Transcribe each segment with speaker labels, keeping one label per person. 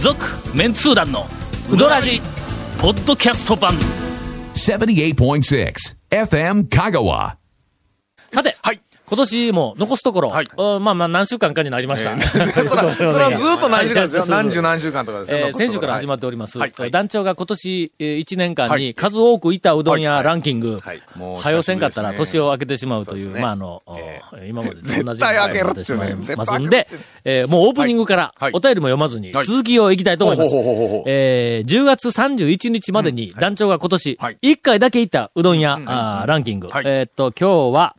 Speaker 1: 続メンツー団のウドラジポッドキャスト版
Speaker 2: 78.6 FM Kagawa.
Speaker 1: さて、
Speaker 3: はい
Speaker 1: 今年も残すところ、
Speaker 3: はい
Speaker 1: うんまあまあ何週間かになりました。
Speaker 3: それは それはずっと何週間ですよ。
Speaker 1: はいはい
Speaker 3: 何十何週間とかですよ。
Speaker 1: えー
Speaker 3: 残す
Speaker 1: 先週
Speaker 3: とこ
Speaker 1: か
Speaker 3: ろ
Speaker 1: ら始まっております。
Speaker 3: はいはい
Speaker 1: 団長が今年1年間
Speaker 3: は
Speaker 1: に
Speaker 3: い
Speaker 1: 数多くいたうどん
Speaker 3: は
Speaker 1: 屋
Speaker 3: いは
Speaker 1: ランキング、
Speaker 3: はいもう久しぶりですね
Speaker 1: はよせんかったら年を明けてしまうとい
Speaker 3: そう
Speaker 1: う、
Speaker 3: ですね
Speaker 1: まああの、
Speaker 3: え
Speaker 1: 今までと同じ
Speaker 3: 絶対開
Speaker 1: に
Speaker 3: けろっ
Speaker 1: なって
Speaker 3: ち
Speaker 1: し
Speaker 3: ゅうね
Speaker 1: まいますん
Speaker 3: 絶対開けろっ
Speaker 1: で
Speaker 3: ちゅうね、
Speaker 1: えーもうオープニングから
Speaker 3: はいはい
Speaker 1: お便りも読まずに
Speaker 3: はい
Speaker 1: 続きをいきたいと思います
Speaker 3: ほうほうほうほう。
Speaker 1: えー10月31日までに団長が今年
Speaker 3: はい
Speaker 1: 1回だけ行ったうどん屋あーランキング。
Speaker 3: はい
Speaker 1: えーっと、今日は、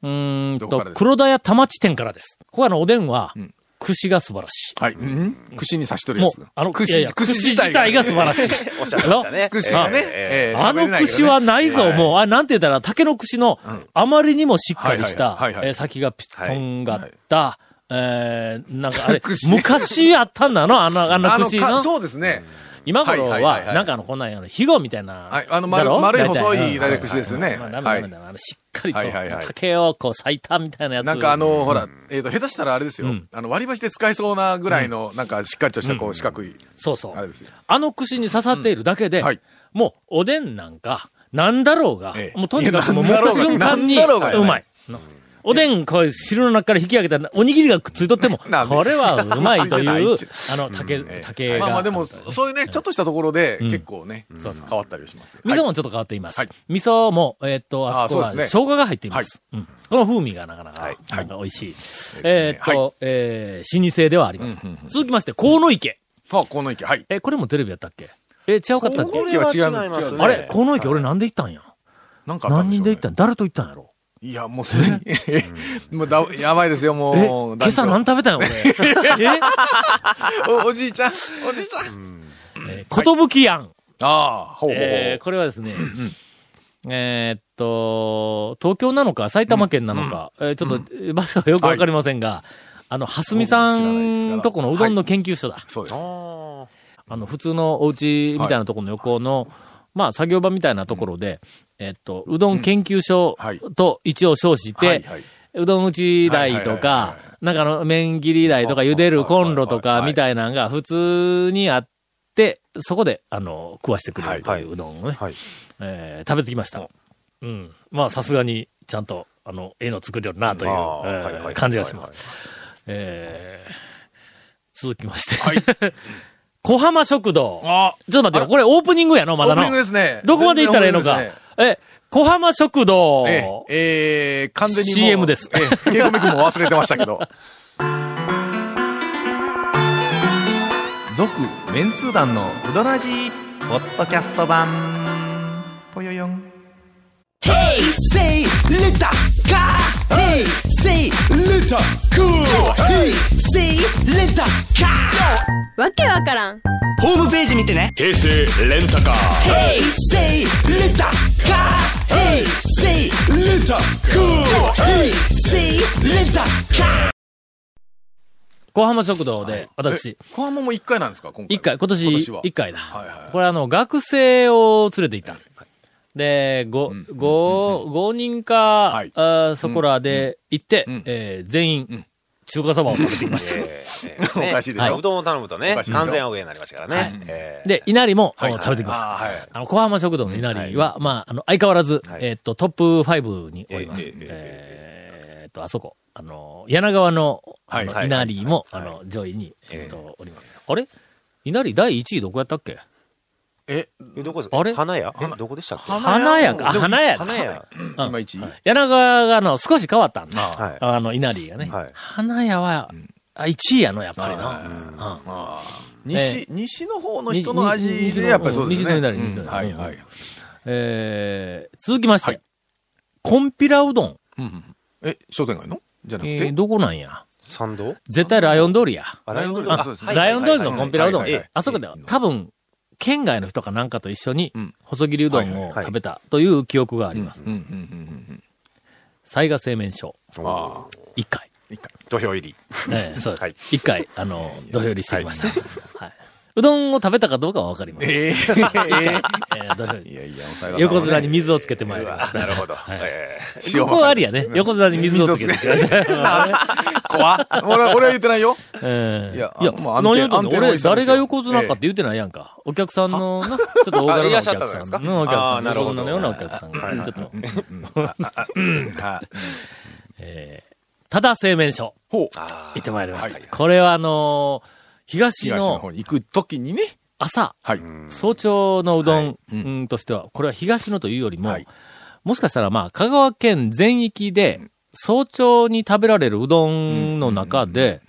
Speaker 1: うーん
Speaker 3: どこ
Speaker 1: と
Speaker 3: からで、すか
Speaker 1: 黒田屋田町店からです。ここはあのおでんは、串が素晴らしい。
Speaker 3: はい。うん串に刺しとるや
Speaker 1: も
Speaker 3: つ
Speaker 1: う。、あの、
Speaker 3: 串、
Speaker 1: いやいや
Speaker 3: 串自体
Speaker 1: 串が素晴らし い。おしゃれ
Speaker 4: ね
Speaker 3: 串はね。えー
Speaker 1: あの串はないぞ、もう。あ、なんて言ったら、竹の串の、あまりにもしっかりした、
Speaker 3: はいはいはいはいはい
Speaker 1: えー先がピとんがった、えー、 なんかあれ
Speaker 3: 串、
Speaker 1: 昔あったんだのあ の、あの
Speaker 3: あの、
Speaker 1: 串
Speaker 3: か
Speaker 1: の。
Speaker 3: そうですね。
Speaker 1: 今頃
Speaker 3: はいはいはいは
Speaker 1: は、
Speaker 3: い
Speaker 1: なんかあの、こんなんやの、ヒゴみたいな。
Speaker 3: はいあの丸
Speaker 1: だろ
Speaker 3: 丸い
Speaker 1: 大体
Speaker 3: 細い
Speaker 1: うん
Speaker 3: 大体串ですよね
Speaker 1: はいはいはいまあ
Speaker 3: はい
Speaker 1: なんだろうなあのしっかりと
Speaker 3: はいはいはい、
Speaker 1: 竹をこう咲いたみたいなやつ。
Speaker 3: なんかあの、ほら、えっと、下手したらあれですよ。あの、割り箸で使えそうなぐらいの、なんかしっかりとした、こう、四角い。
Speaker 1: そうそう。
Speaker 3: あ
Speaker 1: あ
Speaker 3: れですよ
Speaker 1: の串に刺さっているだけで、
Speaker 3: うんはい
Speaker 1: もうおでんなんか、なんだろうが、
Speaker 3: ええ
Speaker 1: もうとにかくもう
Speaker 3: い
Speaker 1: 持っ
Speaker 3: や
Speaker 1: た瞬間に、
Speaker 3: なんだろうが
Speaker 1: うまい。のおでん、こう、汁の中から引き上げたおにぎりがくっついとっても、
Speaker 3: なんで
Speaker 1: これはうまいという
Speaker 3: ついてない、
Speaker 1: あの、竹、
Speaker 3: えー
Speaker 1: 竹が。
Speaker 3: まあまあでも、そういうね、ちょっとしたところで、結構ね、
Speaker 1: そう
Speaker 3: 変
Speaker 1: そう
Speaker 3: わったりはしますよ。
Speaker 1: 味
Speaker 3: はい
Speaker 1: 噌もちょっと変わっています。
Speaker 3: はい
Speaker 1: 味噌も、えーっと、あそこは
Speaker 3: あそうで
Speaker 1: 生
Speaker 3: すね
Speaker 1: 姜が入っています。うんこの風味がなかなか、なんか美味しい。えーっと、
Speaker 3: は
Speaker 1: えー老舗ではあります。続きまして、河野池。
Speaker 3: あ、河野池、はい。
Speaker 1: え、これもテレビやったっけえ、違うかったっけ
Speaker 3: 河野池は違う
Speaker 4: これは違いますね
Speaker 3: 違う
Speaker 1: あれ河野池俺なんで行ったんや
Speaker 3: なんかあった
Speaker 1: 何
Speaker 3: んし
Speaker 1: 人
Speaker 3: ょう
Speaker 1: で
Speaker 3: ね
Speaker 1: 行ったん誰と行ったんやろ
Speaker 3: いや、もうすでに、 もうだ、やばいですよ、
Speaker 1: え
Speaker 3: も
Speaker 1: 今
Speaker 3: う。
Speaker 1: 朝何食べたんや 俺。
Speaker 3: おおじいちゃん、おじいちゃん。
Speaker 1: えことぶきやん。
Speaker 3: ああ、ほうほうほう。
Speaker 1: えーこれはですね、えーっと、東京なのか埼玉県なのか、えーちょっと、場所はよくわかりませんが、あの、はすみさ
Speaker 3: 僕も知らないですか
Speaker 1: ん
Speaker 3: ら
Speaker 1: とこのうどんの研究所だ。
Speaker 3: そうです。
Speaker 1: あの、普通のお家みたいなところの横の、まあ、作業場みたいなところで、えっと、うどん研究所
Speaker 3: うんはい
Speaker 1: と一応称して、
Speaker 3: はいはいう
Speaker 1: どん打ち台と
Speaker 3: はいはいは
Speaker 1: か、なんかあの、麺切り台とか、茹でるコンロとか、みたいなのが普通にあって、そこで、あの、食わしてくれると
Speaker 4: はい
Speaker 1: いううどんをね、
Speaker 4: はい
Speaker 1: えー食べてきました。うん。まあ、さすがに、ちゃんと、あの、ええの作りよるな、という、え
Speaker 4: あーはいは
Speaker 1: ー
Speaker 4: い
Speaker 1: 感じがします。えー続きまして。 小浜食堂。
Speaker 3: あ
Speaker 1: ちょっと待ってよ、これオープニングやの、ま
Speaker 3: オ
Speaker 1: だ
Speaker 3: ープ
Speaker 1: の
Speaker 3: ニン。グですね。
Speaker 1: どこまで行ったらええのか。
Speaker 3: 全然
Speaker 1: え、小浜食堂。
Speaker 3: オープニングですねええー、完全にもう。
Speaker 1: CM です
Speaker 3: ええー、ケイコミ君も忘れてましたけど。続、メンツー団のうどらじ。
Speaker 4: ポッドキャスト版、ぽよよん。
Speaker 5: Hey, say, little car. Hey, say, little cool. Hey, say, little car.
Speaker 6: わけわからん
Speaker 5: ホームページ見てね。
Speaker 7: 平成レンタカー
Speaker 5: Hey, say, little car. Hey, say, little cool. Hey, say, little car.
Speaker 1: 小浜食堂で、私、
Speaker 3: 小浜も一回なんですか、今回。
Speaker 1: 一回、今年、
Speaker 3: は
Speaker 1: 一。回だ。
Speaker 3: はいはい
Speaker 1: これあの、学生を連れていた。で、ご、ご、五人か、
Speaker 3: はい
Speaker 1: あーそこらで行って、
Speaker 3: ん
Speaker 1: えー全員、中華そばを食べてきました。
Speaker 3: おかしいでしょ
Speaker 4: うどんを頼むと
Speaker 3: お
Speaker 4: ね、
Speaker 3: かしいでしょ
Speaker 4: 完全アウェイになりましたから
Speaker 1: は
Speaker 4: ね
Speaker 1: い。
Speaker 4: えー
Speaker 1: で、稲荷も、食べてきました。
Speaker 3: ああ、はい。
Speaker 1: あの、小浜食堂の稲荷は、まあ、あの、相変わらず、
Speaker 4: はい
Speaker 1: えっと、トップ5におります。え
Speaker 4: ええええ
Speaker 1: っと、あそこ、あの、柳川の、あ
Speaker 3: はい
Speaker 1: の、
Speaker 3: はい
Speaker 1: 稲荷も、あの、上位に、えっと、おります。あれ稲荷第1位どこやったっけ
Speaker 3: え、
Speaker 4: えどこです
Speaker 1: あれ
Speaker 4: 花屋えどこでしたっけ
Speaker 1: 花屋か、あ、
Speaker 3: でも
Speaker 1: 花屋か。
Speaker 4: 花屋。
Speaker 3: 今一位
Speaker 1: 柳川が、あの、少し変わったんだ。
Speaker 4: はい。
Speaker 1: あの、稲荷がね
Speaker 4: はい。
Speaker 1: 花屋は、あ、1位やの、やっぱりな。
Speaker 3: 西、西の方の人の味で、やっぱりそうですね。
Speaker 1: 西の西の
Speaker 3: うん
Speaker 1: 西の
Speaker 3: はいはい。
Speaker 1: えー続きまし
Speaker 3: は
Speaker 1: て
Speaker 3: い、
Speaker 1: コンピラうどん。
Speaker 3: え、商店街のじゃなく
Speaker 1: えー
Speaker 3: て
Speaker 1: どこなんや
Speaker 4: 参道
Speaker 1: 絶対ライオン通りや。
Speaker 4: あ
Speaker 3: ライオン通り
Speaker 1: あ
Speaker 3: そうですね
Speaker 1: ライオン通りのコンピラうどん
Speaker 3: はいはいはいはいはいはいはいはい
Speaker 1: あそこでは多分、県外の人かなんかと一緒に
Speaker 3: うん、
Speaker 1: 細切りうど
Speaker 3: はいはい
Speaker 1: んを
Speaker 4: はい
Speaker 1: 食べたという記憶があります。
Speaker 3: うんうんうんうん
Speaker 1: 災害製麺所、
Speaker 3: うん。ああ。
Speaker 1: 1回。
Speaker 4: 土俵入り。
Speaker 1: ええそう
Speaker 4: は
Speaker 1: で
Speaker 4: い
Speaker 1: す。1回、あの、土俵入りしてきました。はいうどんを食べたかどうかはわかりません。
Speaker 3: ええー。
Speaker 1: えーどう
Speaker 3: いやいや、おさが
Speaker 1: 横綱に水をつけてまいりました。
Speaker 3: なるほど。ええ
Speaker 1: ここはありやね。横綱に水をつけてください。
Speaker 3: 怖っ俺は、俺は言ってないよ。
Speaker 1: ええ
Speaker 3: いや
Speaker 1: いや、
Speaker 3: もう安定
Speaker 1: 何言うとん
Speaker 3: 安
Speaker 1: ねん
Speaker 3: 定のお
Speaker 1: 俺、
Speaker 3: じさんで
Speaker 1: 誰
Speaker 3: すよ
Speaker 1: が横綱かって言ってないやんか。お客さんのな、ちょっと大
Speaker 3: あ
Speaker 1: 柄な
Speaker 3: いら
Speaker 1: お
Speaker 3: っしゃった
Speaker 1: 客
Speaker 3: んです
Speaker 1: さ
Speaker 3: か
Speaker 1: んのお客
Speaker 3: あ
Speaker 1: さ
Speaker 3: ー
Speaker 1: ん。
Speaker 3: なるほど
Speaker 1: 横綱のようなお客さんが。ちょっと、
Speaker 3: はい。
Speaker 1: えーただ製麺所、
Speaker 3: ほう。
Speaker 1: 行ってまいりまし
Speaker 3: は
Speaker 1: た
Speaker 3: い。
Speaker 1: これはあのー、東
Speaker 3: 東の
Speaker 1: の
Speaker 3: 方に行くときにね。
Speaker 1: 朝、
Speaker 3: はい。
Speaker 1: 早朝のうどん
Speaker 3: いうん
Speaker 1: うんとしては、これは東野というよりも
Speaker 3: はい、
Speaker 1: もしかしたらまあ、香川県全域で、早朝に食べられるうどんの中で、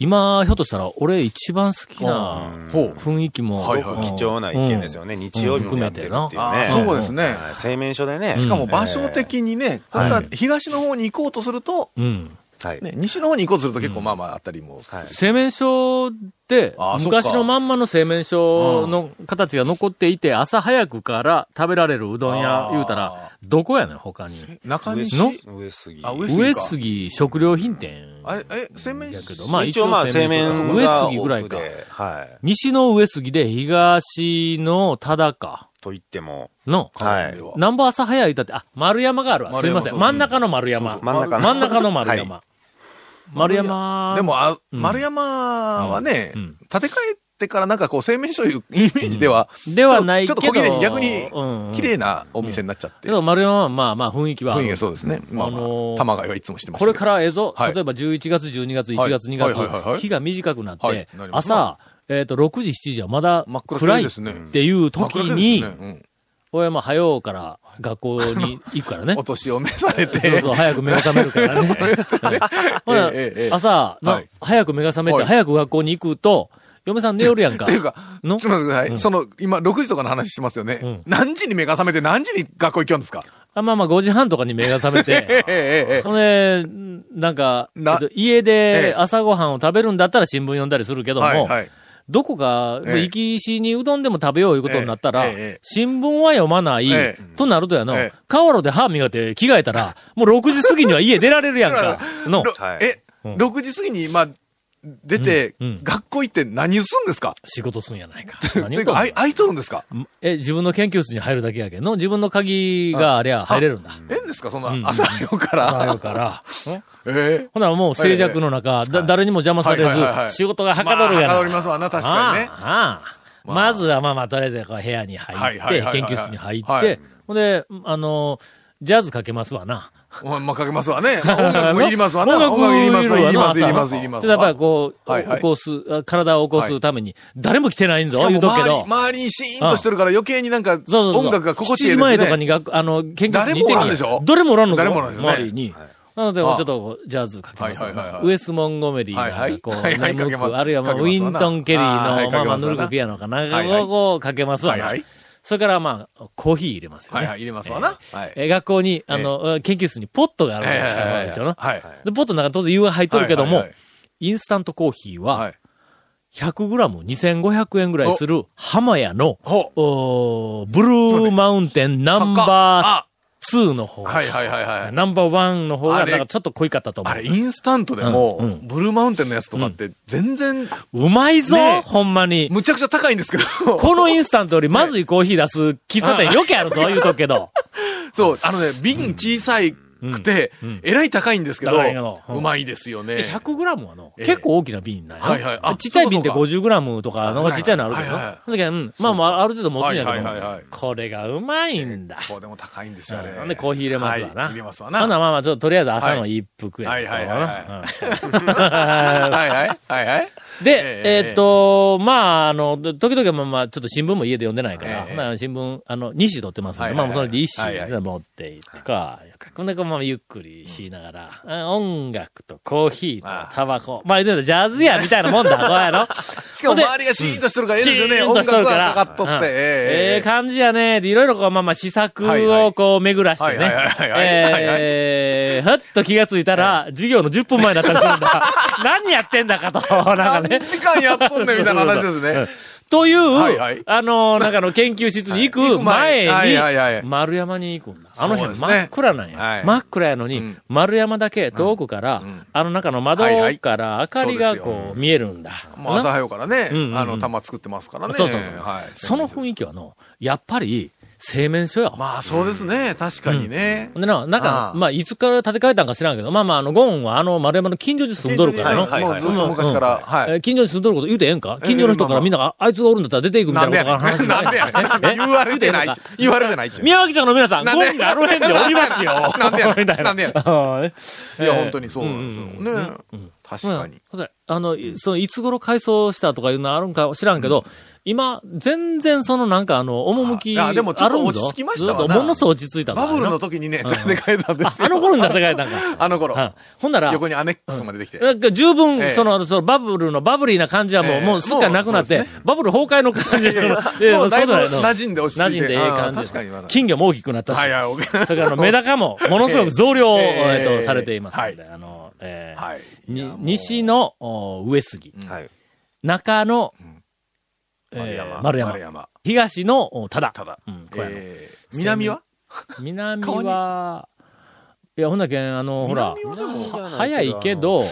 Speaker 1: 今、ひょっとしたら俺一番好きな
Speaker 3: ほう。
Speaker 1: 雰囲気も、
Speaker 3: はいはい
Speaker 1: うん
Speaker 6: 貴重な一見ですよね。日曜日もやってるっていう
Speaker 3: あ
Speaker 6: ね。
Speaker 3: ーそうですね。
Speaker 6: はい製麺所でね。
Speaker 3: しかも場所的にね、これから東の方に行こうとすると、
Speaker 1: うん。
Speaker 6: はい。
Speaker 3: ね、西の方に行こうとすると結構まあまああったりもする。
Speaker 6: はい
Speaker 1: 製麺所って
Speaker 3: あ、そっか
Speaker 1: 昔のまんまの製麺所の形が残っていて、朝早くから食べられるうどん屋
Speaker 3: あ、ー
Speaker 1: 言うたら、どこやねん、他に。
Speaker 3: 中
Speaker 6: 上
Speaker 3: 西
Speaker 6: 杉上杉。
Speaker 3: あ上杉
Speaker 1: 上
Speaker 3: か
Speaker 1: 杉食料品店。
Speaker 3: あれ、え、洗面
Speaker 1: やけど、
Speaker 3: 所
Speaker 1: まあ
Speaker 6: 一応まあ製麺
Speaker 1: 所か上杉ぐらいか。
Speaker 6: はい。
Speaker 1: 西の上杉で東の忠か
Speaker 6: と言っても、
Speaker 1: の、
Speaker 6: はい。
Speaker 1: なんぼ朝早いだって、あ、丸山があるわ。す
Speaker 3: 丸
Speaker 1: い
Speaker 3: 山
Speaker 1: ません。
Speaker 3: そう
Speaker 1: 真ん中の丸山。
Speaker 6: そう真ん中の
Speaker 1: 真ん中の丸山。丸山。
Speaker 3: でも、あ、
Speaker 1: うん
Speaker 3: 丸山はね、
Speaker 1: うん
Speaker 3: 建て替えてからなんかこう、製麺所いうイメージでは、
Speaker 1: ではない
Speaker 3: ちょ
Speaker 1: け
Speaker 3: っ
Speaker 1: ど。
Speaker 3: とちょっと小綺麗に逆
Speaker 1: うんうん
Speaker 3: に、綺麗なお店になっちゃって。
Speaker 1: けど丸山はまあまあ雰囲気はあ
Speaker 3: 雰囲
Speaker 1: る
Speaker 3: 気がそうですね。まあ、ま
Speaker 1: あのー
Speaker 3: あ、玉川はいつもしてまし
Speaker 1: こ
Speaker 3: た
Speaker 1: れ
Speaker 3: けど。
Speaker 1: からええぞ、
Speaker 3: はい
Speaker 1: 例えば11月、12月、1
Speaker 3: はい
Speaker 1: 月、2
Speaker 3: は
Speaker 1: 月、
Speaker 3: いはいはいはい
Speaker 1: 日が短くなって、
Speaker 3: はいなります
Speaker 1: 朝、えっ、と、6時、7時はまだ
Speaker 3: 真っ暗
Speaker 1: 暗いっ
Speaker 3: ですね
Speaker 1: ていう時に、
Speaker 3: 真っ暗ですね
Speaker 1: 俺はもう早うから学校に行くから
Speaker 3: う
Speaker 1: ね
Speaker 3: ん、お。年を召されて、
Speaker 1: そうそう、早く目が覚めるから ね。ほな
Speaker 3: ええええ
Speaker 1: 朝、な
Speaker 3: はい
Speaker 1: 早く目が覚め
Speaker 3: は
Speaker 1: て、
Speaker 3: い
Speaker 1: 早く学校に行くと、嫁さん寝よるやんか。
Speaker 3: っていうか、ちょ
Speaker 1: の
Speaker 3: っと待ってください。その、今、6時とかの話してますよね。
Speaker 1: ん
Speaker 3: 何時に目が覚めて、何時に学校行きよんですか
Speaker 1: あまあまあ5時半とかに目が覚め て、
Speaker 3: えええええ
Speaker 1: ほんで、なんか、
Speaker 3: な
Speaker 1: えっと家
Speaker 3: え
Speaker 1: で
Speaker 3: え
Speaker 1: 朝ごはんを食べるんだったら新聞読んだりするけ
Speaker 3: え
Speaker 1: ども、
Speaker 3: はい、はい。
Speaker 1: どこか、
Speaker 3: ええ
Speaker 1: 行きしにうどんでも食べよういうことになったら、
Speaker 3: ええええ
Speaker 1: 新聞は読まない、
Speaker 3: ええ
Speaker 1: となるとやの、
Speaker 3: ええ
Speaker 1: カワロで歯磨いて着替えたら、もう6時過ぎには家出られる やんか、の。
Speaker 3: ろ
Speaker 6: はい
Speaker 3: え、
Speaker 1: うん
Speaker 3: 6時過ぎに、まあ、出て、
Speaker 1: うんうん
Speaker 3: 学校行って何すんですか
Speaker 1: 仕事すんや ないか。
Speaker 3: っ
Speaker 1: 何言
Speaker 3: ていう
Speaker 1: うと
Speaker 3: か、
Speaker 1: んね
Speaker 3: あい空いとるんですか
Speaker 1: んえ、自分の研究室に入るだけやけんの、自分の鍵がありゃ入れるんだ。
Speaker 3: ええんですかそん
Speaker 1: うんうん
Speaker 3: な、朝早うから。
Speaker 1: さよから。
Speaker 3: ええ
Speaker 1: ほなもう静寂の中、だ誰にも邪魔され
Speaker 3: はいはいはいはい
Speaker 1: ず、仕事がはかどるやな
Speaker 3: まあはかどりますわな、確かにね
Speaker 1: あ。あああまずはまあまあ、とりあえずこう部屋に
Speaker 3: は
Speaker 1: 入
Speaker 3: い
Speaker 1: っ
Speaker 3: はい
Speaker 1: て、
Speaker 3: は
Speaker 1: 研
Speaker 3: いはい
Speaker 1: 究室に入っ
Speaker 3: は
Speaker 1: て
Speaker 3: い、
Speaker 1: ほんで、あの、ジャズかけますわな。
Speaker 3: まあ、まあ、かけます わね。まあ音楽もいりますわな。
Speaker 1: 音楽
Speaker 3: いります、
Speaker 1: わない
Speaker 3: ります、い
Speaker 1: 朝
Speaker 3: ります、いりま
Speaker 1: ち
Speaker 3: す。
Speaker 1: ょっとやっぱりこう、
Speaker 3: はいはい
Speaker 1: 起こす、あ体を起こすために、誰も来てないん
Speaker 3: し
Speaker 1: ぞ、
Speaker 3: か
Speaker 1: 言
Speaker 3: も
Speaker 1: うとくけ
Speaker 3: 周り、
Speaker 1: ど。
Speaker 3: 周りにシーンとしてるから余計になんか、
Speaker 1: そうそうそう。
Speaker 3: 音楽が心地いい
Speaker 1: 7時
Speaker 3: ですね。
Speaker 1: 前とかに学、あの、研究室にいて
Speaker 3: 誰もおらんでしょ
Speaker 1: 誰もおらんのぞ
Speaker 3: 誰もおらんでしょね
Speaker 1: 周りに。なので、ちょっとこう、ジャズかけますわ
Speaker 3: はいはいはいはい
Speaker 1: ウエス・モンゴメリー
Speaker 3: はいは
Speaker 1: が、
Speaker 3: い
Speaker 1: こう、
Speaker 3: はいはい
Speaker 1: 眠
Speaker 3: かけます
Speaker 1: く、あるいはまあ
Speaker 3: か
Speaker 1: ウ
Speaker 3: けます
Speaker 1: ィ
Speaker 3: わ
Speaker 1: ン
Speaker 3: な
Speaker 1: トン・ケリー
Speaker 3: あーはい
Speaker 1: の、
Speaker 3: かけ
Speaker 1: まあまあ、
Speaker 3: ますわな
Speaker 1: ヌルクピアノかな
Speaker 3: はいはい
Speaker 1: をこう、かけますわ
Speaker 3: はい
Speaker 1: な
Speaker 3: はい。
Speaker 1: それから、まあ、コーヒー入れますよ
Speaker 3: はい
Speaker 1: ね
Speaker 3: は。い、入れますわな。はい。
Speaker 1: えー学校に、あの、研究室にポットがあるん
Speaker 3: はいはいはいは
Speaker 1: で
Speaker 3: い
Speaker 1: すよ、
Speaker 3: はい
Speaker 1: で、ポットの中に当然湯が入っとるけど
Speaker 3: はい
Speaker 1: も
Speaker 3: はい、
Speaker 1: インスタントコーヒー
Speaker 3: は、
Speaker 1: はい 100g2500 円ぐらいする、浜屋の、
Speaker 3: ほ
Speaker 1: おーブルーマウンテンナンバー2の方。
Speaker 3: はいはいはいはい。
Speaker 1: ナンバーワンの方が、
Speaker 3: あれ
Speaker 1: なんかちょっと濃いかったと思
Speaker 3: あ
Speaker 1: う
Speaker 3: れ、。インスタントでも、
Speaker 1: うんうん
Speaker 3: ブルーマウンテンのやつとかって、全然、
Speaker 1: うまいぞ、
Speaker 3: ねえ
Speaker 1: ほんまに。
Speaker 3: むちゃくちゃ高いんですけど、
Speaker 1: このインスタントよりまずいコーヒー出す喫茶店余計あるぞ、言うとくけど。
Speaker 3: そう、あのね、瓶小さくて、えらい高いんですけど
Speaker 1: 高いけどう、ん
Speaker 3: うまいですよね。
Speaker 1: 100g はの、
Speaker 3: ええ
Speaker 1: 結構大きな瓶なんや。
Speaker 3: はいはいあ
Speaker 1: ちっちゃい瓶って
Speaker 3: そうか
Speaker 1: 50g とか、なんかちっちゃいのあるけど
Speaker 3: はいはいは。
Speaker 1: ないその時はうん。まあまあ、ある程度持つんや
Speaker 3: は
Speaker 1: け
Speaker 3: い
Speaker 1: ど
Speaker 3: はいはいはい、
Speaker 1: これがうまいんだ。
Speaker 3: こうでも高いんですよ、あれ。
Speaker 1: なんでコーヒー入れますわな。
Speaker 3: はい入れますわな
Speaker 1: ほんならまあまあ、ちょっととりあえず朝の一服や。
Speaker 3: はいはいはい
Speaker 1: う
Speaker 3: は
Speaker 1: ん
Speaker 3: はいはい、はいはい。
Speaker 1: で、
Speaker 3: え
Speaker 1: え
Speaker 3: え
Speaker 1: ーっと、まあ、あの、時々、まあまあ、ちょっと新聞も家で読んでないから、
Speaker 3: ええ
Speaker 1: まあ新聞、あの、2紙取ってますんで、
Speaker 3: はい
Speaker 1: まあ
Speaker 3: はいはい
Speaker 1: もうそれで1紙
Speaker 3: はい
Speaker 1: で
Speaker 3: は
Speaker 1: 持っていってか、こんなまあゆっくりしながら、あ音楽とコーヒー
Speaker 3: あ
Speaker 1: と
Speaker 3: あ
Speaker 1: タバコ、まあ言うてたらジャズやみたいなもんだ、こうやろ。
Speaker 3: しかも周りがシーンとしてるから、ええですよね。
Speaker 1: シーン
Speaker 3: 音
Speaker 1: としと
Speaker 3: 楽
Speaker 1: るから
Speaker 3: がかかっとって
Speaker 1: うん。ええ
Speaker 3: えええ
Speaker 1: 感じやね。で、いろいろこう、まあまあ、試作
Speaker 3: はいは
Speaker 1: を
Speaker 3: い
Speaker 1: こう、巡らしてね
Speaker 3: はいはいはい。はいはいはい
Speaker 1: ええふっと気がついたら、授業の10分前 だったりするんだ。何やってんだかと、なんか
Speaker 3: え
Speaker 1: ね。
Speaker 3: 何時間やっとんねんみたいな話ですね。
Speaker 1: という、
Speaker 3: はいはい
Speaker 1: あの、なんかの研究室に行
Speaker 3: はい行
Speaker 1: く
Speaker 3: く前
Speaker 1: 前に、
Speaker 3: はいはいはい
Speaker 1: 丸山に行くんだ。あの
Speaker 3: そうで
Speaker 1: 辺
Speaker 3: すね
Speaker 1: 真っ暗なんや。
Speaker 3: はい
Speaker 1: 真っ暗やのに、
Speaker 3: うん
Speaker 1: 丸山だけ遠くから、
Speaker 3: ん
Speaker 1: あの中の窓
Speaker 3: はいはい
Speaker 1: から明かり
Speaker 3: そう
Speaker 1: が
Speaker 3: ですよ
Speaker 1: こう見えるんだ。
Speaker 3: もう朝早うからね、
Speaker 1: うんうんうん
Speaker 3: あの、玉作ってますからね。
Speaker 1: そうそうそう。
Speaker 3: はい。
Speaker 1: その雰囲気はの、やっぱり、製麺所やわ。
Speaker 3: まあ、そうですね。確かにね。
Speaker 1: ほんでな、なんか
Speaker 3: あ、あ
Speaker 1: まあ、いつから建て替えたんか知らんけど、まあまあ、あの、ゴンはあの、丸山の近所に住んどるからの。
Speaker 3: はいもうずっと昔か
Speaker 1: う
Speaker 3: ら、
Speaker 1: ん
Speaker 3: はい。
Speaker 1: えー近所に住んどること言うてええんか近所の人からみんなが、あいつがおるんだったら出ていくみた
Speaker 3: ないんで
Speaker 1: な
Speaker 3: や
Speaker 1: こ
Speaker 3: ね
Speaker 1: とから話
Speaker 3: ん。
Speaker 1: にな
Speaker 3: なんで
Speaker 1: ら
Speaker 3: や
Speaker 1: んか
Speaker 3: ねん。言われてないっちゅう。言われてないっちゅう。
Speaker 1: 宮脇町の皆さん、
Speaker 3: なん
Speaker 1: ゴ
Speaker 3: で
Speaker 1: ンがあの辺でおりますよ。
Speaker 3: なんでやねん
Speaker 1: みたい
Speaker 3: なん でやね
Speaker 1: はい
Speaker 3: いや、本当にそう
Speaker 1: う
Speaker 3: なんんですよ。ね。確かに。
Speaker 1: うんあの、いその、いつ頃改装したとかいうのあるんか知らんけど、今、全然そのなんかあの、趣あ
Speaker 3: ああ
Speaker 1: るんぞ。
Speaker 3: でもちょっと落ち着きましたわな
Speaker 1: ずっとものすごい落ち着いた
Speaker 3: バブルの
Speaker 1: と
Speaker 3: 時にね、立て替えたんですよ。
Speaker 1: あの頃に建て替えたんか。
Speaker 3: あの頃。
Speaker 1: はいほんなら、
Speaker 3: 横にアネックスまでできて。
Speaker 1: なんか十分、
Speaker 3: ええ
Speaker 1: その、そのバブルのバブリーな感じはもう、
Speaker 3: ええ
Speaker 1: もうすっかりなくなって、
Speaker 3: もうそう
Speaker 1: バブル崩壊の感じの、 ええ
Speaker 3: もうだいぶ
Speaker 1: そうだよ
Speaker 3: 馴染んで落ち着
Speaker 1: 馴
Speaker 3: いて
Speaker 1: 染んでええ感
Speaker 3: あ
Speaker 1: じ
Speaker 3: あ確かにまだ
Speaker 1: 金魚も大きくなったし。
Speaker 3: はいはいお、
Speaker 1: それからあの、メダカ も、ものすごく増量を、
Speaker 3: え
Speaker 1: え
Speaker 3: え
Speaker 1: っ
Speaker 3: え
Speaker 1: と、
Speaker 3: え
Speaker 1: されていますので、あの、ええ
Speaker 3: はい
Speaker 1: に
Speaker 3: いやもう
Speaker 1: 西のお上杉、
Speaker 6: はい。
Speaker 1: 中の、
Speaker 3: 丸
Speaker 1: え
Speaker 3: 山
Speaker 1: え。丸山、
Speaker 3: 丸山。
Speaker 1: 東のお多田。
Speaker 3: ただ
Speaker 1: うん、小屋の
Speaker 3: えー南は
Speaker 1: 南
Speaker 3: 顔に
Speaker 1: は、いや、ほんだけん、あの、ほら、
Speaker 3: 南はでも
Speaker 1: は早いけど、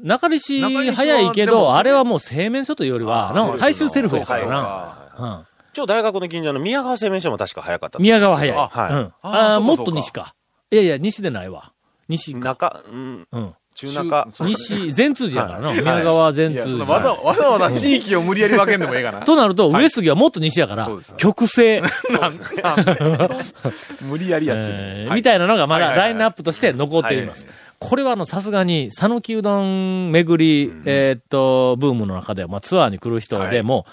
Speaker 1: 中西
Speaker 3: 中西は
Speaker 1: 早いけ
Speaker 3: でも
Speaker 1: ど、
Speaker 3: そう
Speaker 1: あれはもう製麺所というよりは、
Speaker 3: あー
Speaker 1: の大衆セルフやから
Speaker 3: そう
Speaker 1: な。
Speaker 3: か
Speaker 1: うん
Speaker 6: 一応大学の近所の宮川製麺所も確か早かったと思うんですけど。
Speaker 1: 宮川早い。うん
Speaker 6: あはい。
Speaker 1: あ
Speaker 3: あー
Speaker 1: あー、も
Speaker 3: そ
Speaker 1: っ
Speaker 3: うかそうか
Speaker 1: と西か。いやいや、西でないわ。西か。
Speaker 6: 中、うん、
Speaker 1: うん。
Speaker 6: 中中。
Speaker 1: 西、全通寺やからな。
Speaker 6: はい
Speaker 1: 宮川全
Speaker 3: いや、そ
Speaker 1: 通
Speaker 3: のわざ
Speaker 1: 寺。
Speaker 3: わざわざ地域を無理やり分けんでもええ かな。
Speaker 1: となると、上杉はもっと西やから
Speaker 3: そうです、
Speaker 1: 極性、
Speaker 3: なんで無理やりやっちゃう。
Speaker 1: えー
Speaker 3: はい
Speaker 1: みたいなのがまだ
Speaker 3: はいはい
Speaker 1: ラ
Speaker 3: はい
Speaker 1: インナップとして残っています。これはあの、さすがに、讃岐うどん巡り、えーっと、ブームの中では、まあツアーに来る人でも、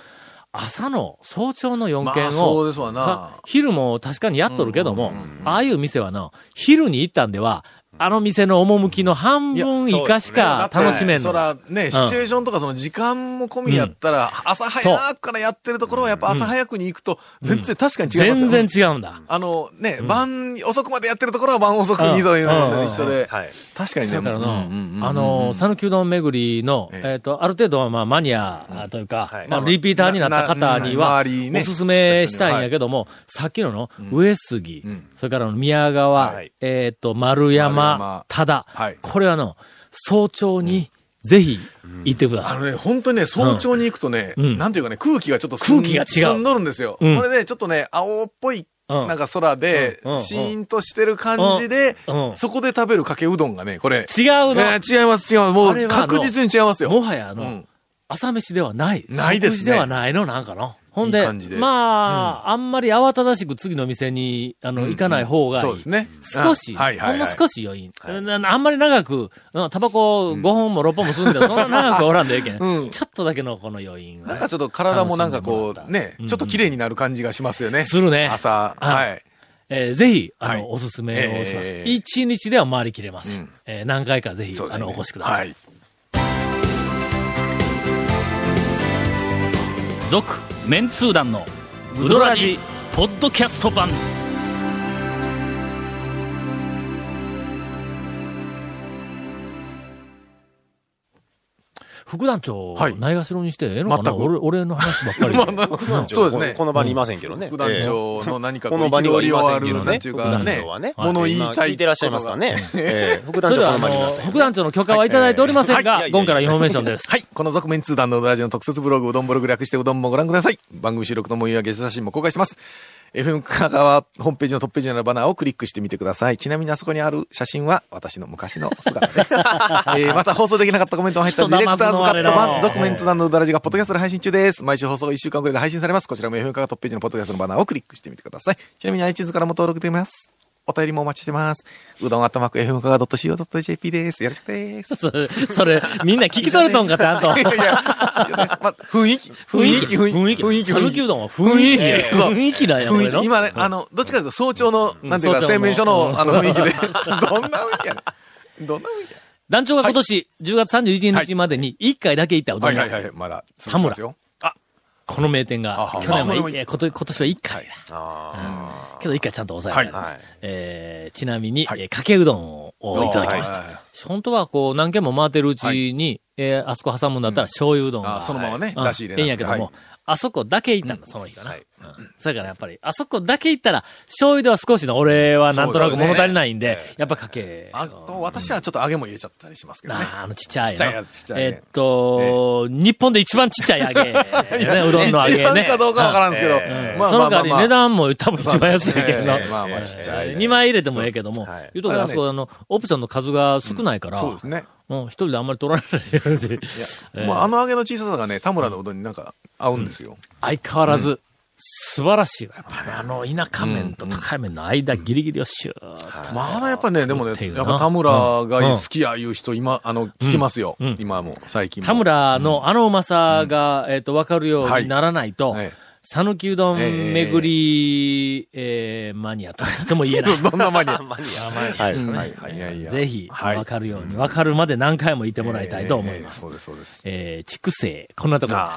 Speaker 1: 朝の、早朝の4
Speaker 3: まあ
Speaker 1: 軒
Speaker 3: そう
Speaker 1: を、
Speaker 3: ですわ
Speaker 1: ま
Speaker 3: な
Speaker 1: あ。昼も確かにやっとるけども、ああいう店はな、昼に行ったんでは、あの店の趣の半分以下しか楽しめん
Speaker 3: そ
Speaker 1: の。
Speaker 3: らね、シチュエーションとかその時間も込みやったら、朝早くからやってるところはやっぱ朝早くに行くと、全然確かに違いますよ、
Speaker 1: 全然違うんだ。
Speaker 3: あのね、晩遅くまでやってるところは晩遅くにというのと一緒で、
Speaker 6: はい。
Speaker 3: 確かにね、
Speaker 1: だから
Speaker 3: うん
Speaker 1: の
Speaker 3: うんうんう、ん
Speaker 1: あの、讃岐うどん巡りの、
Speaker 3: ええ
Speaker 1: えっと、ある程度はまあマニアというか
Speaker 6: は、い
Speaker 1: まあリピーターになった方に
Speaker 3: なな
Speaker 1: は、
Speaker 3: 周りね
Speaker 1: おすすめしたいんやけども、さっきのの、上杉
Speaker 3: ん、
Speaker 1: それからの宮川
Speaker 6: はい、
Speaker 1: えっと、丸
Speaker 3: 丸
Speaker 1: 山
Speaker 3: 山、
Speaker 1: 多田
Speaker 3: はい、
Speaker 1: これはの、早朝にぜひ行ってくだ
Speaker 3: あ
Speaker 1: さい。
Speaker 3: のね、本当にね、早朝に行くとね、
Speaker 1: うん
Speaker 3: なんていうかね、空気がちょっと澄ん
Speaker 1: 空気が違う
Speaker 3: 澄んどるんですよ。
Speaker 1: うん
Speaker 3: これで、ちょっとね、青っぽい、
Speaker 1: うん
Speaker 3: なんか空で
Speaker 1: うんうん、
Speaker 3: シーンとしてる感じで
Speaker 1: うんう、ん
Speaker 3: そこで食べるかけうどんがね、これ。
Speaker 1: 違うの
Speaker 3: えー違います、違います。も
Speaker 1: あれ
Speaker 3: う
Speaker 1: はあの
Speaker 3: 確実に違いますよ。
Speaker 1: もはやあ
Speaker 3: う
Speaker 1: の
Speaker 3: ん、
Speaker 1: 朝飯ではない。
Speaker 3: ないで
Speaker 1: 食
Speaker 3: すね
Speaker 1: 事ではないの、なんかの。ほんで、
Speaker 3: いい感じで
Speaker 1: まあ、あんまり慌ただしく次の店に、あの、行かない方がいい。
Speaker 3: そうですね。
Speaker 1: 少し、
Speaker 3: あはいはい、はい。
Speaker 1: ほんの少し余韻、ななあんまり長く、うんタバコ5本も6本も吸うんだよ。そんな長くおらんでええけん,、
Speaker 3: うん
Speaker 1: ちょっとだけのこの余韻
Speaker 3: なん
Speaker 1: が
Speaker 3: か。ちょっと体もなんかこ
Speaker 1: 楽しんでも
Speaker 3: う、
Speaker 1: ら
Speaker 3: ね
Speaker 1: った、
Speaker 3: ちょっと綺麗になる感じがしますよね。
Speaker 1: するね
Speaker 3: 朝、
Speaker 1: あ
Speaker 3: はい。
Speaker 1: えーぜひ、あの、
Speaker 3: はい
Speaker 1: おすすめをします。
Speaker 3: ええ
Speaker 1: 一、日では回りきれません。
Speaker 3: うん
Speaker 1: えー何回かぜひ、
Speaker 3: そう
Speaker 1: あ
Speaker 3: ですね。
Speaker 1: の、お越しください。
Speaker 3: はい。
Speaker 1: 続、メンツー団の、ウドラジ、ポッドキャスト版。副団長、
Speaker 3: はい
Speaker 1: ないがしろにしてええのかな
Speaker 3: 全く
Speaker 1: 俺俺の話ばっかりで。
Speaker 3: そうですね。
Speaker 6: この場にいませんけどね。
Speaker 3: 副団長の何かこ
Speaker 6: こ
Speaker 3: う、
Speaker 6: の場に
Speaker 3: 憤
Speaker 6: は
Speaker 3: り
Speaker 6: い
Speaker 3: を
Speaker 6: ませ
Speaker 3: あ
Speaker 6: んけ
Speaker 3: る、
Speaker 6: ど
Speaker 3: なん
Speaker 6: ね。
Speaker 3: ていう
Speaker 6: 副
Speaker 3: か
Speaker 6: 団
Speaker 3: ね
Speaker 6: 長はね、。
Speaker 1: はい
Speaker 3: 物言い
Speaker 6: 今
Speaker 3: たい。
Speaker 6: 聞いてらっしゃいますか。ね。ええ副 団
Speaker 1: それ
Speaker 6: 長
Speaker 1: で
Speaker 6: こ
Speaker 1: は、あ
Speaker 6: の場にいま
Speaker 1: の、
Speaker 6: せん。
Speaker 1: 副団長の許可はいただいておりません
Speaker 6: はい
Speaker 1: が
Speaker 6: は、い
Speaker 1: ゴンからインフォメーションです。
Speaker 3: はい。この続面通談のうどラジの特設ブログ、うどんブログ略してうどんもご覧ください。番組収録の模様やゲスト写真も公開してます。FM 香川ホームページのトップページのバナーをクリックしてみてください。ちなみにあそこにある写真は私の昔の姿で す。えーまた放送できなかったコメントも入ったディレクターズカット版、続面通談のうどラジがポッドキャストで配信中です。毎週放送1週間くらいで配信されます。こちらも FM 香川トップページのポッドキャストのバナーをクリックしてみてください。ちなみに iTunes からも登録できます。お便りもお待ちしてます。うどんあったまく FM 香川 .co.jp です。よろしくです。
Speaker 1: それ、 それ、みんな聞き取れとんか、ちゃんと。
Speaker 3: いやいやいや、まあ雰囲気、 雰囲気、
Speaker 1: 雰囲気。
Speaker 3: 雰囲気、
Speaker 1: 讃岐うどんは雰囲気。
Speaker 3: 雰囲気そう
Speaker 1: 雰囲気なんや、これ
Speaker 3: 雰囲
Speaker 1: の
Speaker 3: 気。今ね、あの、どっちかというと早朝の、なんてい
Speaker 1: 早
Speaker 3: うか、
Speaker 1: 朝の
Speaker 3: 製麺所
Speaker 1: う
Speaker 3: の
Speaker 1: ん
Speaker 3: あの雰囲気で、 どんな雰囲気やねんどんな雰囲気や
Speaker 1: 団長が今年10月31日までに1回だけ行ったうどん屋。
Speaker 3: い、まだ、
Speaker 1: 田村
Speaker 3: よ。
Speaker 1: この名店が、去
Speaker 3: あ
Speaker 1: 年
Speaker 3: まあ
Speaker 1: は
Speaker 3: 俺も
Speaker 1: い、え今年今年は1回だ。
Speaker 6: あ
Speaker 1: けど1回ちゃんと抑えてあります
Speaker 6: はいはい
Speaker 1: えーちなみに、
Speaker 3: はい
Speaker 1: えーかけうどんをいただきました
Speaker 3: はい。
Speaker 1: 本当はこう何軒も回ってるうちに、えーあそこ挟むんだったら醤油うどん
Speaker 3: あ
Speaker 1: が。
Speaker 3: ーそのままね、
Speaker 1: うん
Speaker 3: 出し入れ
Speaker 1: ええん
Speaker 3: な
Speaker 1: や
Speaker 3: くて
Speaker 1: けども、
Speaker 3: はい
Speaker 1: あそこだけ行ったんだ、その日かな。うんそれからやっぱり、あそこだけ行ったら、醤油では少しの、俺はなんとなく物足りないんで、やっぱかけ。
Speaker 3: あと、私はちょっと揚げも入れちゃったりしますけどね。
Speaker 1: ああ、あのちっちゃいの。
Speaker 3: ちっちゃいやつちっちゃいね
Speaker 1: えーっと、日本で一番ちっちゃい 揚げ。ね、うどんの揚
Speaker 3: 一
Speaker 1: げ
Speaker 3: 番
Speaker 1: ね。
Speaker 3: かどうかわからんすけど。
Speaker 1: うんその代わり値段も多分一番安いけど
Speaker 3: まあ まあまあちっちゃいね
Speaker 1: 2枚入れてもええけども
Speaker 6: はい、
Speaker 1: 言うとこあそこあの、オプションの数が少ないから、
Speaker 3: そうですね。
Speaker 1: うん一人であんまり取られないし、えー
Speaker 3: まあ、あの揚げの小ささがね、田村のうどんになんか合うんですよ。
Speaker 1: 相変わらず、素晴らしいわ。やっぱりあの、田舎麺と高い麺の間ギリギリをシューッと。
Speaker 3: まだやっぱね、でもね
Speaker 1: ってい、うな
Speaker 3: やっぱ田村が好きやいう人、今、あの、聞きますよ。
Speaker 1: うん
Speaker 3: 今も、最近も。
Speaker 1: 田村のあのうまさが、えっと、わかるようにならないと
Speaker 3: はいはい、
Speaker 1: 讃岐うどん巡り、えーマニアとでも 言えない。
Speaker 3: どんなマニア。
Speaker 6: マニア。はい。
Speaker 1: うん
Speaker 6: はい。はい
Speaker 3: いやいや。
Speaker 1: ぜひ、
Speaker 3: はい
Speaker 1: わかるように、わかるまで何回も言ってもらいたいと思いま
Speaker 3: えー
Speaker 1: す。
Speaker 3: そうです、そうです。
Speaker 1: えー、畜生、こんなところ。
Speaker 3: あ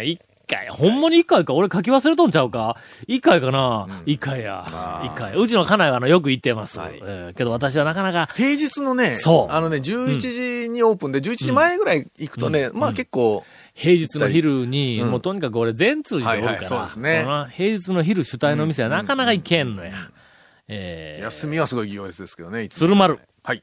Speaker 1: うん一回、ほんまに一回か、俺書き忘れとんちゃうか一回かな一回や。一回。うちの家内はあのよく行ってます。
Speaker 6: はい
Speaker 1: えーけど私はなかなか、
Speaker 3: 平日のね、
Speaker 1: そう
Speaker 3: あのね、11時にオープンで、11時前ぐらい行くとね、まあ結構、
Speaker 1: 平日の昼に、
Speaker 3: うん
Speaker 1: もうとにかく俺全通じでおるから、
Speaker 3: はいはいそうですね
Speaker 1: この平日の昼主体の店はなかなか行けんのや。えー、
Speaker 3: 休みはすごい行列ですけどね、いつも
Speaker 1: 鶴丸。
Speaker 3: はい。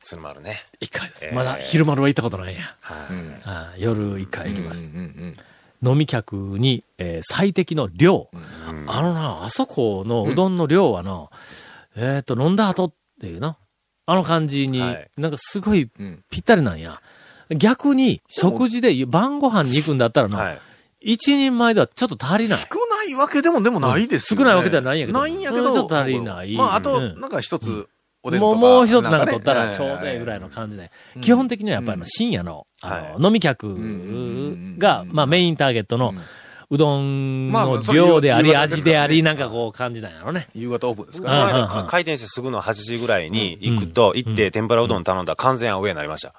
Speaker 6: 鶴丸ね。
Speaker 1: 一回です。
Speaker 6: えー
Speaker 1: まだ昼丸は行ったことないんや。
Speaker 6: はい。
Speaker 1: あー夜一回行きました。
Speaker 3: うんうん
Speaker 1: 飲み客に、えー最適の量、あのな、あそこのうどんの量はな、えーっと、飲んだ後っていうな、あの感じに、
Speaker 6: はい
Speaker 1: なんかすごい
Speaker 3: うん
Speaker 1: ぴったりなんや。逆に、食事で晩ご飯に行くんだったらな、
Speaker 6: はい。
Speaker 1: 一人前ではちょっと足りない。
Speaker 3: 少ないわけでもでもないですよ、ね
Speaker 1: 少ないわけではないんやけど
Speaker 3: ないんやけ
Speaker 1: う
Speaker 3: ど。
Speaker 1: んちょっと足りない
Speaker 3: まあ、あと、
Speaker 1: うん
Speaker 3: なんか一つ、おでんと
Speaker 1: も
Speaker 3: か
Speaker 1: う、もう一つなんか取った
Speaker 3: な
Speaker 1: ら
Speaker 3: ん
Speaker 1: ち
Speaker 3: かね
Speaker 1: ょうどいいぐらいの感じで。
Speaker 3: うん
Speaker 1: 基本的にはやっぱりあの
Speaker 3: うん
Speaker 1: 深夜のあ
Speaker 6: は
Speaker 1: の飲み客
Speaker 3: ん
Speaker 1: が、
Speaker 3: うん
Speaker 1: まあメインターゲットの
Speaker 3: うん
Speaker 1: うどん
Speaker 3: まあ
Speaker 1: の
Speaker 3: それ
Speaker 1: 量であり
Speaker 3: 夕方ですからね
Speaker 1: 味であり、なんかこう感じなんやろね。
Speaker 3: 夕方オープンです
Speaker 6: こ
Speaker 3: か
Speaker 6: の
Speaker 3: ら、ね。
Speaker 1: うんうんう
Speaker 6: 間
Speaker 1: ん
Speaker 6: か開店してすぐの8時ぐらいに行くと、行って天ぷらうどん頼んだら完全アウェーになりました。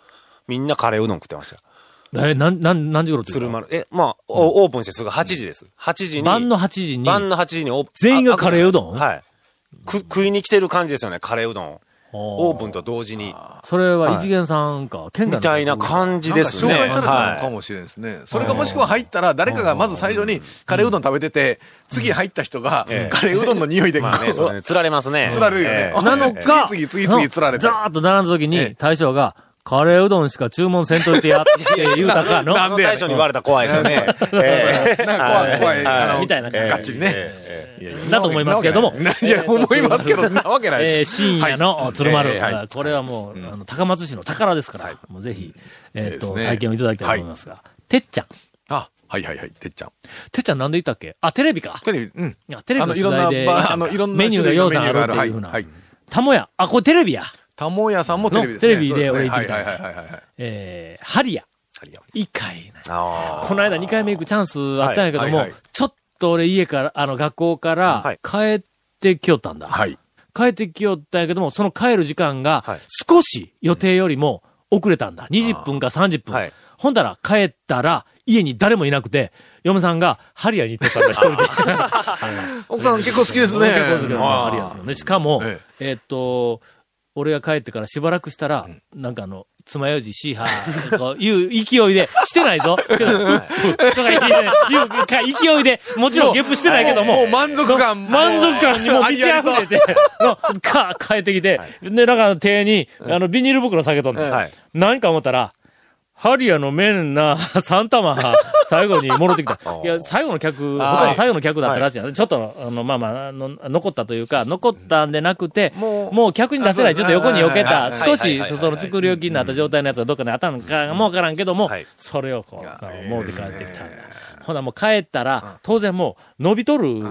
Speaker 6: みんなカレーうどん食ってました。
Speaker 1: え、なん、なん、何時頃っていうの
Speaker 6: 鶴丸。え、まあ、おオープンしてすぐ8時です。8時に。
Speaker 1: 晩の8時に。
Speaker 6: 晩の8時にオープン。
Speaker 1: 全員がカレーうどん
Speaker 6: あはい。く食いに来てる感じですよね、カレーうどんを。オープンと同時に。
Speaker 1: それは一元さんか、県外の
Speaker 6: みたいな感じですね。
Speaker 3: なんか紹介されたのか
Speaker 6: はい
Speaker 3: もしれないですね。それがもしくは入ったら、誰かがまず最初にカレーうどん食べてて、次入った人が
Speaker 6: ええ
Speaker 3: カレーうどんの匂いでこ
Speaker 6: まあ ね、
Speaker 3: う、
Speaker 6: それね、釣られますね。
Speaker 3: 釣られるよね
Speaker 6: ええ
Speaker 1: なのか、
Speaker 3: 次々次々釣られて
Speaker 1: ザーッと並んだ時
Speaker 3: え
Speaker 1: に
Speaker 3: え
Speaker 1: 大将が、カレーうどんしか注文せんといてやって言うたかの。
Speaker 6: あの大将に言われたら怖いですよね。ええ
Speaker 3: なんか怖い怖いあの
Speaker 1: みたいな感じ
Speaker 3: がっちりね。
Speaker 1: だと思いますけども。
Speaker 3: いや、思いますけど、なわけないでしょ
Speaker 1: えー深夜の鶴丸、
Speaker 3: えーはい
Speaker 1: これはもう、あの高松市の宝ですから、もうぜひ、えーっ
Speaker 3: です
Speaker 1: と、
Speaker 3: ね
Speaker 1: 体験をいただきたいと思いますが、てっちゃん。
Speaker 3: あ、はいはいはい、てっちゃん。
Speaker 1: てっちゃんなんで言ったっけあ、テレビか。
Speaker 3: テレビ、うん。
Speaker 1: いやテレビの取材で
Speaker 3: あのいろんなバーあのいろんな
Speaker 1: メニューが
Speaker 3: 種類の
Speaker 1: 要素あるって
Speaker 3: メ
Speaker 1: いう
Speaker 3: ニ
Speaker 1: ふう
Speaker 3: ューが
Speaker 1: な
Speaker 3: あるはいはい。
Speaker 1: たもや、あ、これテレビや。
Speaker 3: たもやさんもテレビですね。
Speaker 1: のテレビで
Speaker 3: そうすね
Speaker 1: 俺行ってきた
Speaker 3: はいはいはいはいはい。
Speaker 1: えー、ハリア。一回な。
Speaker 6: あー
Speaker 1: この間2回目行くチャンスあったんやけども、
Speaker 3: はいはいはい
Speaker 1: ちょっと俺家から、あの学校か
Speaker 6: は
Speaker 1: ら
Speaker 6: い
Speaker 1: 帰ってきよったんだ。
Speaker 3: はい。
Speaker 1: 帰ってきよったんやけども、その帰る時間が
Speaker 6: はい
Speaker 1: 少し予定よりも遅れたんだ。20分か30分。
Speaker 6: はい
Speaker 1: ほんだら帰ったら家に誰もいなくて、嫁さんがハリアに行ってたんだ、一人で。
Speaker 3: 奥さん結構好きですね。
Speaker 1: 結構好きなの
Speaker 6: あー
Speaker 1: ハリアですもんね。しかも
Speaker 3: え、
Speaker 1: えーっと、俺が帰ってからしばらくしたら、なんかあの、爪楊枝シーハー、こういう勢いで、してないぞ。けどとか言っていうか勢いで、もちろんゲップしてないけども。
Speaker 3: もう満足感。
Speaker 1: 満足感にもう満ち溢れて、 の、か、帰ってきて、で、なんか手に、あの、ビニール袋下げとんの。
Speaker 6: はい
Speaker 1: 何か思ったら、ハリアの麺な、3玉、 最後に戻 ってきた。いや、最後の客、
Speaker 3: あー
Speaker 1: 他の最後の客だったらしいな。ちょっと、あの、まあまあ、あの残ったというか、残ったんでなくて、も
Speaker 3: も
Speaker 1: う
Speaker 3: う
Speaker 1: 客に出せない、
Speaker 3: あ
Speaker 1: ちょ
Speaker 3: そう
Speaker 1: っと横に避け
Speaker 3: はいは
Speaker 1: た
Speaker 3: い、は
Speaker 1: 少
Speaker 3: い
Speaker 1: し、その作り置きになった状態のやつがどっかにあったのかもわからんけども
Speaker 6: はい、
Speaker 1: それをこう、
Speaker 3: や
Speaker 1: あ
Speaker 3: い
Speaker 1: の
Speaker 3: い
Speaker 1: 持って
Speaker 3: です
Speaker 1: 帰
Speaker 3: ね
Speaker 1: ってきたんだ。ほな、もう帰ったら、当然もう、伸びとる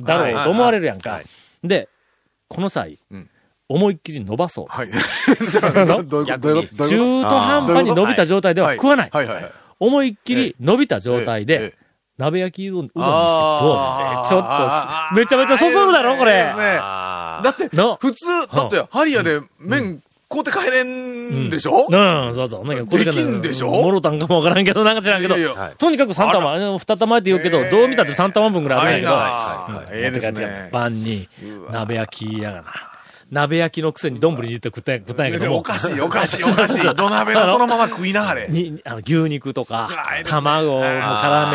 Speaker 1: だろうと思われるやんか。で、この際
Speaker 3: ん、
Speaker 1: 思いっきり伸ばそう。
Speaker 3: はい。じゃあどどういうことどういうこと
Speaker 1: 中途半端に伸びた状態では食わない。
Speaker 3: はいはいはい。
Speaker 1: 思いっきり伸びた状態
Speaker 3: えええ
Speaker 1: で
Speaker 3: え、
Speaker 1: 鍋焼きうどんうどんにしてどう
Speaker 3: あー
Speaker 1: ちょっと、めちゃめちゃそそるだろ、こ
Speaker 3: いいで
Speaker 1: れ
Speaker 3: す。ね
Speaker 6: あ
Speaker 3: だって、
Speaker 1: の
Speaker 3: 普通、だって、ハリアで麺買うて帰れんでしょ
Speaker 1: うん、そうそう。なんかこれがね
Speaker 3: できんでしょ
Speaker 1: もろたんかもわからんけど、なんか知らんけど
Speaker 3: いやいや
Speaker 6: はい、
Speaker 1: とにかく3玉、あの二玉って言うけど
Speaker 3: え、え
Speaker 1: どう見たって3玉分ぐらいあるんやけど、
Speaker 3: はいはいはい
Speaker 1: うん
Speaker 3: ええで
Speaker 1: 持
Speaker 3: すね
Speaker 1: って帰ってやっぱパンに、鍋焼きやがな。鍋焼きのくせに丼に入れて食ったんや食ったんやけども。
Speaker 3: おかしい、おかしい、おかしい。土鍋のそのまま食いなはれ。
Speaker 1: に、あの、牛肉とか
Speaker 3: わいいで、すね
Speaker 1: 卵も絡め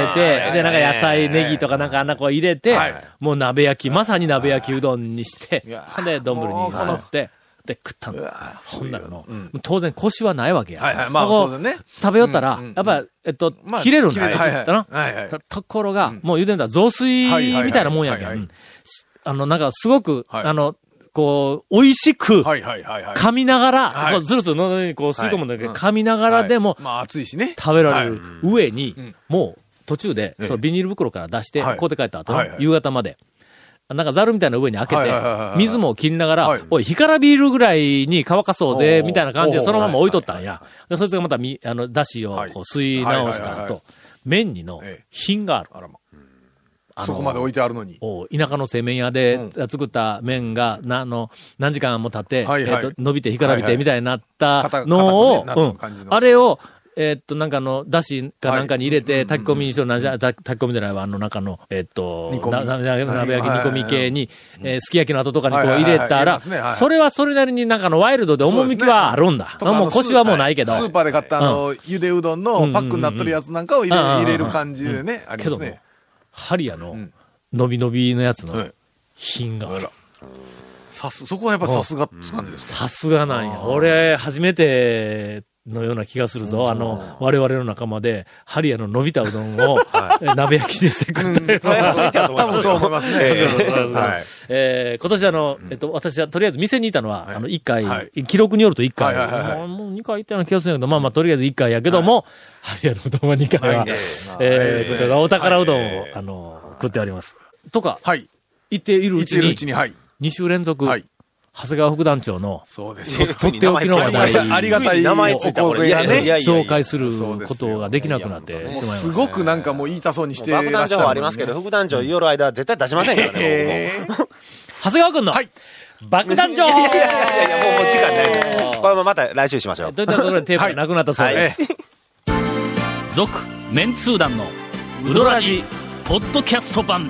Speaker 3: あ
Speaker 1: て
Speaker 3: ー、
Speaker 1: で、なんか野
Speaker 3: いい
Speaker 1: 菜、
Speaker 3: ですね
Speaker 1: ネギとかなんかあんなこう入れて
Speaker 3: はい、
Speaker 1: もう鍋焼き、まさに鍋焼きうどんにして
Speaker 3: や、
Speaker 1: で、丼に
Speaker 3: もうこの
Speaker 1: 沿って、で、食ったんだ。
Speaker 3: わ
Speaker 1: ほんならの、当然腰はないわけや。
Speaker 3: はいはいまあ
Speaker 1: こう
Speaker 3: 当然ね
Speaker 1: 食べよったら
Speaker 3: うんうん、
Speaker 1: やっぱ、えっと
Speaker 3: まあ、
Speaker 1: 切れるんだ
Speaker 3: 切れ
Speaker 1: よ。
Speaker 3: るはいはい
Speaker 1: だな
Speaker 3: はいはい
Speaker 1: とところが、もう茹でたら雑炊みたいなもんやけ
Speaker 3: はいはいはいはいはい
Speaker 1: ん。あの、なんかすごく、
Speaker 3: はい
Speaker 1: あの、こう、美味しく、
Speaker 3: はいはいはいはい。
Speaker 1: 噛みながら、
Speaker 3: はい
Speaker 1: こうずるずる喉にこう吸い込むんだけど、
Speaker 3: はい
Speaker 1: 噛みながらでも
Speaker 3: はいまあ暑いしね。
Speaker 1: 食べられる
Speaker 3: はい。
Speaker 1: 上に、
Speaker 3: ん
Speaker 1: もう途中で、そのビニール袋から出して、
Speaker 3: はい
Speaker 1: こうで帰った後の、
Speaker 3: はいはい
Speaker 1: 夕方まで。なんかザルみたいなの上に開け
Speaker 3: はい
Speaker 1: て
Speaker 3: はいはいは、い
Speaker 1: 水も切りながら、
Speaker 3: はい
Speaker 1: おい、火からビールぐらいに乾かそうぜ、
Speaker 3: おう
Speaker 1: みたいな感じで
Speaker 3: おう
Speaker 1: そのまま置いとったんや。で、そいつがまたみ、あの、出汁を
Speaker 3: はい
Speaker 1: こう吸い直し
Speaker 3: は
Speaker 1: た
Speaker 3: いはいはいは
Speaker 1: 後、麺にの
Speaker 3: ええ
Speaker 1: 品がある。
Speaker 3: あらま。
Speaker 1: あの
Speaker 3: そこまで置いてあるのに。
Speaker 1: お田舎の製麺屋で作った麺が、な、あの、何時間も経って、
Speaker 3: はいはい
Speaker 1: えっと、伸びて干からび
Speaker 3: はいは
Speaker 1: て
Speaker 3: い
Speaker 1: みたいになった
Speaker 3: 硬く
Speaker 1: のを、
Speaker 3: 硬くねなる感じ
Speaker 1: うん。
Speaker 3: の
Speaker 1: あれを、えっと、なんかあの、だしかなんかに入れて、炊き込みにしろ、なじゃ、炊き込みじゃないわ、あの中の、えっと
Speaker 3: 煮、込み
Speaker 1: ななな鍋焼き煮
Speaker 3: はいはい
Speaker 1: 込み系に、えーすき焼きの後とかにこう
Speaker 3: はいはい
Speaker 1: 入
Speaker 3: はい
Speaker 1: れた
Speaker 3: 入れ
Speaker 1: ら
Speaker 3: ますねはい、
Speaker 1: それはそれなりになんかあのワイルドで趣きはあるんだ。
Speaker 3: とかあの
Speaker 1: もう腰はもうないけど。
Speaker 3: スーパーで買ったあの、ゆでうどんのパックになっとるやつなんかを入れ
Speaker 1: うんうんうん
Speaker 3: 入れる感じでね、あり
Speaker 1: け
Speaker 3: ま
Speaker 1: ど
Speaker 3: す
Speaker 1: も
Speaker 3: ね。、
Speaker 1: ハリアの
Speaker 3: ん、
Speaker 1: のびのびのやつ
Speaker 3: は
Speaker 1: の
Speaker 3: い、
Speaker 1: 品があ
Speaker 3: あ
Speaker 1: る
Speaker 3: ら。さす、そこはやっぱさすがなんです
Speaker 1: さすがなんや。俺、初めてのような気がするぞ。あの、我々の仲間で、ハリアの伸びたうどん を、え鍋焼きにして食ったような。
Speaker 6: そう言ってたと思い
Speaker 3: 多
Speaker 6: ま
Speaker 3: 分
Speaker 6: す
Speaker 3: そう
Speaker 6: よ。
Speaker 3: 思います
Speaker 6: え
Speaker 3: ね。
Speaker 6: えはい。
Speaker 1: えー今年あの、えっと、私はとりあえず店にいたのは、
Speaker 3: い
Speaker 1: あの、1回、
Speaker 3: はい
Speaker 1: 記録によると1回、
Speaker 3: はいはいはい
Speaker 1: もうもう2回行ったような気がするんやけど、まあまあ、とりあえず1回やけども、ハリアのうどんは2回は、
Speaker 3: ないんで
Speaker 1: えー
Speaker 3: まあ
Speaker 1: ということでお宝うどんを、
Speaker 6: はい
Speaker 1: あの、食っております。とか、
Speaker 3: はい。
Speaker 1: 言っているう
Speaker 3: い
Speaker 1: ち
Speaker 3: ちるう
Speaker 1: に、
Speaker 3: ちに、はい。
Speaker 1: 2週連続、
Speaker 3: はい
Speaker 1: 長谷川副団長の、
Speaker 3: そうですよ。
Speaker 1: とっておきの話
Speaker 3: あり
Speaker 1: 題。
Speaker 3: がありがたい。
Speaker 6: 名前ついたこれ
Speaker 3: お声が
Speaker 6: いやいや
Speaker 1: 紹介することができなくなってしまいま
Speaker 3: もう
Speaker 1: し
Speaker 3: す
Speaker 1: た。
Speaker 3: ごくなんかもう言いたそうにしてらっし
Speaker 6: 爆
Speaker 3: ゃる
Speaker 6: 弾情報ありますけど、副団長、夜間絶対出しませんからね、僕も。
Speaker 1: 長谷川くんの、
Speaker 3: はい
Speaker 1: 爆弾情報
Speaker 6: いやいやいや、もうもう時間ないです。これもまた来週しましょう。
Speaker 1: といったところでテーマがなくなったそう
Speaker 6: は
Speaker 1: で
Speaker 6: い
Speaker 1: す。。続、メンツー団のウドラジ、ポッドキャスト版。